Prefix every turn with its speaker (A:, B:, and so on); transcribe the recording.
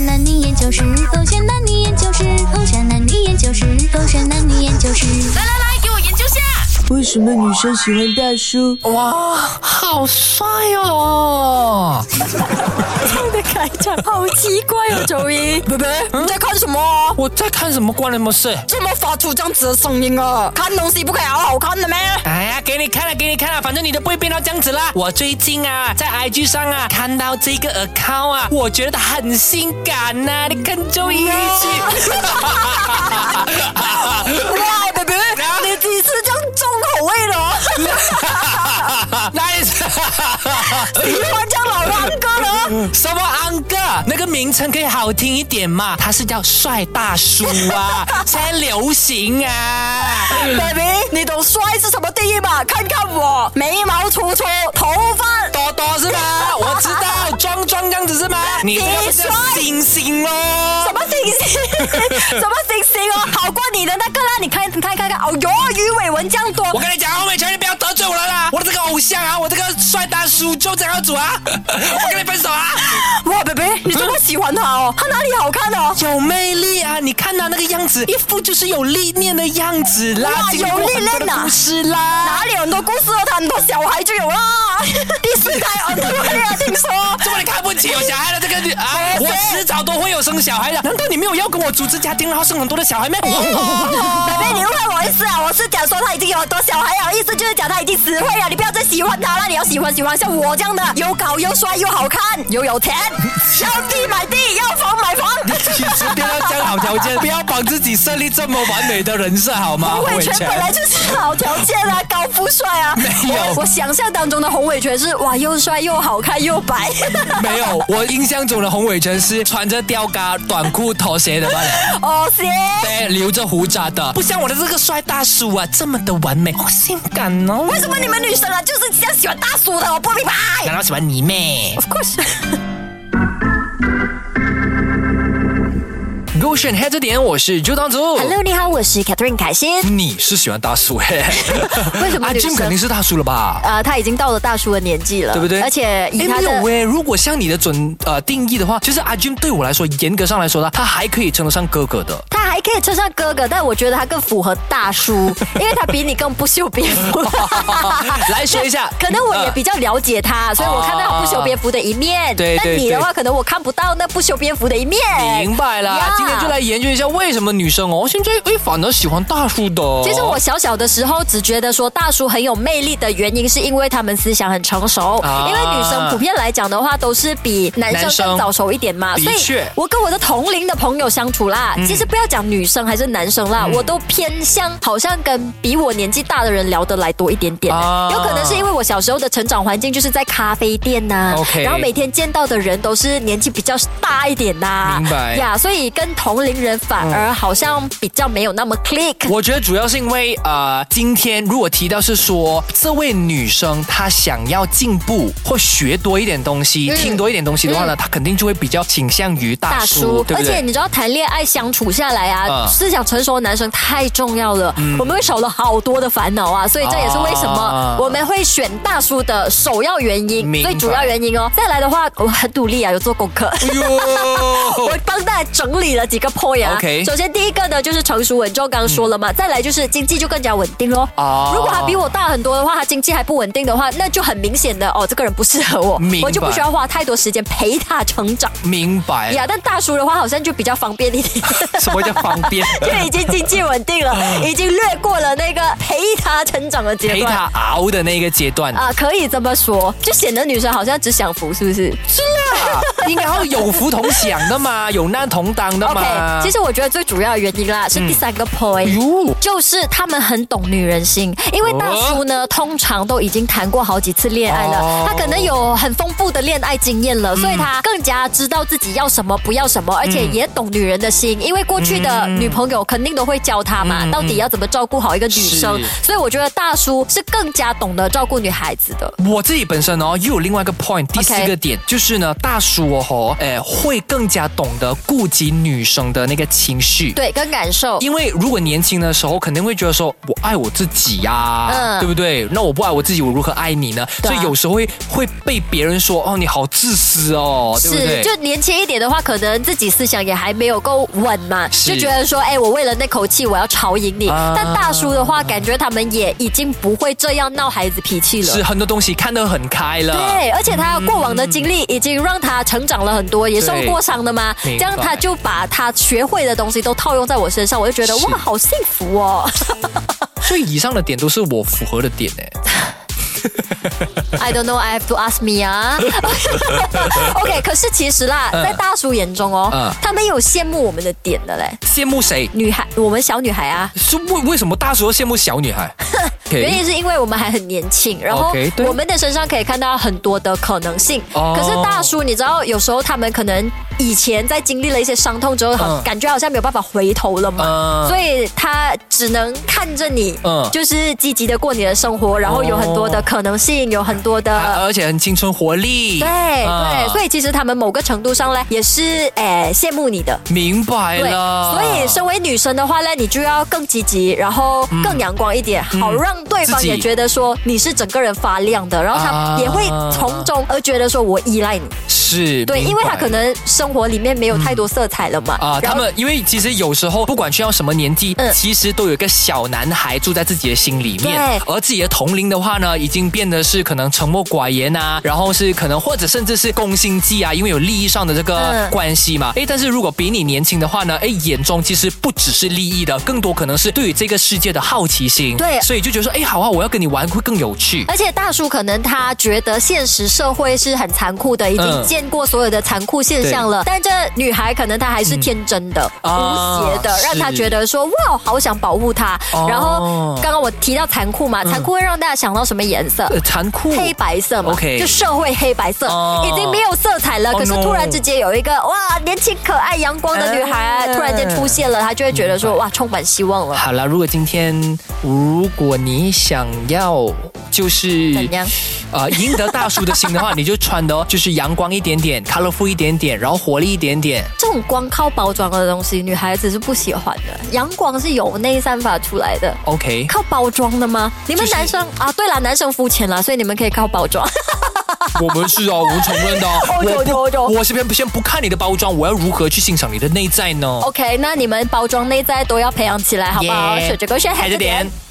A: 究室，狗选男女研究室，狗选男女研究室，狗选男女研究室。
B: 来来来，给我研究下。
C: 为什么女生喜欢大叔？
D: 哇，好帅哦！
E: 这的开场好奇怪哦，周一，
D: 贝贝，
E: 你在看什么啊？
D: 我在看什么？关你什么事？
E: 怎么发出这样子的声音啊？看东西不可以好好看的咩？
D: 哎呀，给你看了，给你看了，反正你都不会变到这样子啦。我最近啊，在 IG 上啊，看到这个 account 啊，我觉得很性感呐、你跟周一 一起。
E: 哇，贝贝，你几次这样重口味的哦？
D: nice，
E: 喜欢这样老汉哥 的哦？
D: 什么 uncle？那个名称可以好听一点嘛？他是叫帅大叔 啊，现在流行啊。
E: 贝贝，你懂帅是什么定义吗？看看我，眉毛粗粗，头发
D: 多多是吗？我知道，装装这样子是吗？你这个不是叫星星
E: 什
D: 咯？
E: 么星 星？什么星星哦？好过你的那个啦！你看，你看，看看，哦哟，鱼尾纹这样多，
D: 我跟你讲，欧美圈你不要得罪我了啦！我这个偶像啊，我这个帅大叔就这样组啊，我跟你分手啊！
E: 哇，贝贝，你这么喜欢他哦？他哪里好看哦？
D: 有魅力啊！你看他那个样子，一副就是有历练的样子啦，
E: 哇
D: 经过
E: 有历
D: 很多的
E: 练啊
D: 故事啦。
E: 哪里有很多故事哦？他很多小孩就有啦。 第四胎哦，对啊，听说。
D: 这么你看不起有小孩的这个女啊？
E: 不
D: 我
E: 是
D: 迟早都会有生小孩的。难道你没有要跟我组织家庭，然后生很多的小孩吗？
E: 贝贝，哦你误会我意思啊！我是讲说他已经有很多小孩了，意思就是讲他已经死会啊了。你不要再喜欢他了，你要喜欢喜欢像我这样的，又高又帅又好看又有 钱，要地买地，要房买 房。
D: 其实不要这样好条件，不要帮自己设立这么完美的人设好吗？
E: 洪伟
D: 伟
E: 全本来就是好条件啊，高富帅啊。
D: 没有
E: 我我想象当中的洪伟全是哇，又帅又好看又白。
D: 没有，我印象中的洪伟全是穿着吊嘎短裤拖鞋的吧？
E: 哦，行。
D: 对，留着胡渣的，不像我的这个帅大叔啊，这么的完美，好、性感哦！
E: 为什么你们女生啊，就是这样喜欢大叔的？我不明白。
D: 难道喜欢你妹？
E: Of course。
D: 勾选黑着点，我是朱当主。
E: Hello，你好，我是 Catherine 凯欣。
D: 你是喜欢大叔嘿？
E: 为什么
D: 阿
E: 女生
D: 俊肯定是大叔了吧？
E: 呃，他已经到了大叔的年纪了，
D: 对不对？
E: 而且以
D: 诶
E: 他
D: 没
E: 的
D: 有诶，如果像你的准呃定义的话，其实阿俊对我来说，严格上来说呢，他还可以称得上哥哥的。
E: 他还可以称上哥哥，但我觉得他更符合大叔，因为他比你更不修边 幅。，
D: 来说一下
E: 啊
D: 嗯
E: 可能我也比较了解他，所以我看到他不修边幅的一面。
D: 对对
E: 但你的话，可能我看不到那不修边幅的一面。
D: 明白啦
E: 呀
D: 今天就来研究一下为什么女生哦，现在哎反而喜欢大叔的。哦
E: 其实我小小的时候只觉得说大叔很有魅力的原因，是因为他们思想很成熟。
D: 啊
E: 因为女生普遍来讲的话，都是比男生
D: 男嗯生
E: 更早熟一点嘛。
D: 的
E: 所以
D: 确，
E: 我跟我的同龄的朋友相处啦，其实不要讲女生还是男生
D: 嗯
E: 啦，我都偏向好像跟比我年纪大的人聊得来多一点点。
D: 啊
E: 有可能是因为我小时候的成长环境就是在咖啡店呐、
D: OK
E: 然后每天见到的人都是年纪比较大一点呐、
D: 明白嗯
E: 呀，所以跟同龄人反而好像比较没有那么 click。
D: 我觉得主要是因为呃，今天如果提到是说这位女生她想要进步或学多一点东西、听多一点东西的话呢，她肯定就会比较倾向于大
E: 嗯大
D: 叔，
E: 叔，
D: 对
E: 而
D: 不
E: 且
D: 对？
E: 你知道谈恋爱相处下来啊，
D: 嗯
E: 思想成熟的男生太重要了，我们会少了好多的烦恼啊，所以这也是为什么
D: 啊
E: 我们会选大叔的首要原因，
D: 明白
E: 最主要原因哦。再来的话，我很努力啊，有做功课。
D: 哎呦
E: 我帮大家整理了几个 point 啊。
D: OK 嗯
E: 首先第一个呢就是成熟稳重，刚刚说了嘛。再来就是经济就更加稳定咯。
D: 哦
E: 如果他比我大很多的话，他经济还不稳定的话，那就很明显的哦，这个人不适合我
D: 明，白
E: 我就不需要花太多时间陪他成长。
D: 明白
E: 哎呀，但大叔的话好像就比较方便一点，
D: 什么叫方便？
E: 就已经经济稳定了，已经略过了那个陪哎他成长的阶
D: 陪
E: 段。
D: 她熬的那个阶段，
E: 啊，可以这么说，就显得女生好像只享福，是不是
D: 应该要有福同享的嘛，有难同当的
E: ？OK，
D: 嘛。
E: 其实我觉得最主要的原因啦是第三个 point，、
D: 哟，
E: 就是他们很懂女人心，因为大叔呢、通常都已经谈过好几次恋爱了，
D: 哦
E: 他可能有很丰富的恋爱经验了，所以他更加知道自己要什么不要什
D: 嗯
E: 么，而且也懂女人的心，因为过去的女朋友肯定都会教他嘛，到底要怎么照顾好一个女生，
D: 嗯是
E: 所以我觉得大叔是更加懂得照顾女孩子的。
D: 我自己本身哦，又有另外一个 point，第四
E: OK
D: 个点就是呢，大叔哦，说吼，诶、会更加懂得顾及女生的那个情绪。
E: 对，跟感受。
D: 因为如果年轻的时候，肯定会觉得说我爱我自己呀、
E: 嗯
D: 对不对？那我不爱我自己，我如何爱你呢？
E: 对
D: 所
E: 啊
D: 以有时候会会被别人说哦，你好自私哦，对不对？
E: 是，就年轻一点的话，可能自己思想也还没有够稳嘛，
D: 是
E: 就觉得说，哎，我为了那口气，我要吵赢你。
D: 啊
E: 但大叔的话，感觉他们也已经不会这样闹孩子脾气了。
D: 是很啊多东西看得很开了。
E: 对，而且他过往的经历已经让他成长了很多，也受过伤的嘛。
D: 明
E: 这
D: 白
E: 样他就把他学会的东西都套用在我身上，我就觉得
D: 是
E: 哇，好幸福 哦
D: 所以以上的点都是我符合的点诶。
E: ！I don't know, I have to ask me 啊。OK，可是其实啦，
D: 嗯
E: 在大叔眼中哦，
D: 嗯
E: 他没有羡慕我们的点的嘞。
D: 羡慕谁？
E: 女孩，我们小女孩啊，
D: 是为为什么大叔要羡慕小 女孩？
E: 原因是因为我们还很年轻，然后
D: OK，对
E: 我们的身上可以看到很多的可能性。
D: 哦
E: 可是大叔，你知道，有时候他们可能以前在经历了一些伤痛之后，好
D: 嗯
E: 感觉好像没有办法回头了嘛。
D: 嗯
E: 所以他只能看着你，
D: 嗯
E: 就是积极的过你的生活，然后有很多的可能性，有很多
D: 啊
E: 的。
D: 而且很青春活力。
E: 对
D: 啊
E: 对，所以其实他们某个程度上呢，也是诶羡慕你的，
D: 明白
E: 对，
D: 了。
E: 所以身为女生的话呢，你就要更积极，然后更阳光一点，好让对方
D: 嗯自己
E: 也觉得说你是整个人发亮的，然后
D: 啊
E: 他也会从中而觉得说我依赖你，
D: 是
E: 对，
D: 明白
E: 因为他可能生活里面没有太多色彩了嘛，
D: 啊，
E: 然
D: 他
E: 后
D: 们因为其实有时候不管去到什么年纪，
E: 嗯
D: 其实都有一个小男孩住在自己的心里面
E: 对，
D: 而自己的同龄的话呢，已经变得是可能沉默寡言啊，然后是可能或者甚至是攻心计啊，因为有利益上的这个
E: 嗯
D: 关系嘛。诶，但是如果比你年轻的话呢，诶，眼中其实不只是利益的，更多可能是对于这个世界的好奇心。
E: 对
D: 所以就觉得说，诶，好啊，我要跟你玩会更有趣。
E: 而且大叔可能他觉得现实社会是很残酷的，已经
D: 嗯
E: 见过所有的残酷现象了。但这女孩可能她还是天真的、
D: 啊
E: 无邪的，
D: 是
E: 让她觉得说哇，好想保护她。
D: 哦嗯
E: 然后刚刚我提到残酷嘛，残酷会让大家想到什么颜色？
D: 呃残酷，
E: 黑白色嘛
D: OK
E: 就社会黑白色
D: 哦
E: 已经没有色彩了。
D: Oh
E: 可是
D: no
E: 突然之间有一个哇，年轻可爱阳光的女孩
D: 哎
E: 突然间出现了，她就会觉得说哇，充满希望了。
D: 好啦，如果今天如果你想要就是
E: 怎样
D: 呃赢得大叔的心的话，你就穿的哦就是阳光一点点，colorful 一点点，然后活力一点点。
E: 这种光靠包装的东西，女孩子是不喜欢的。阳光是由内散发出来的，
D: OK，
E: 靠包装的吗？你们
D: 就是
E: 男生、啊，对啦，男生肤浅啦，所以你们可以靠包装。
D: 我们是哦，我们承认的、哦
E: 哦有有有
D: 我这边先不看你的包装，我要如何去欣赏你的内在呢？
E: 哦 OK，那你们包装内在都要培养起来，好不好？
D: 耶
E: 学这个学还
D: 还
E: 是
D: 是
E: 点
D: 点。